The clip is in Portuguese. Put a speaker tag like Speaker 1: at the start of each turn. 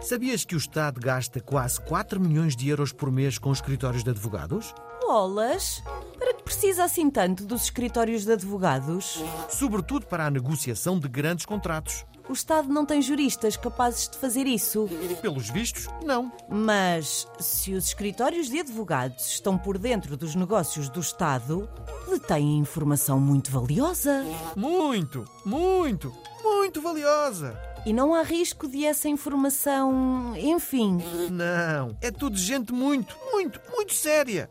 Speaker 1: Sabias que o Estado gasta quase 4 milhões de euros por mês com escritórios de advogados?
Speaker 2: Bolas! Para que precisa assim tanto dos escritórios de advogados?
Speaker 1: Sobretudo para a negociação de grandes contratos.
Speaker 2: O Estado não tem juristas capazes de fazer isso.
Speaker 1: Pelos vistos, não.
Speaker 2: Mas se os escritórios de advogados estão por dentro dos negócios do Estado, detêm informação muito valiosa.
Speaker 1: Muito, muito, muito valiosa.
Speaker 2: E não há risco de essa informação, enfim,
Speaker 1: Não, é tudo gente muito, muito, muito séria.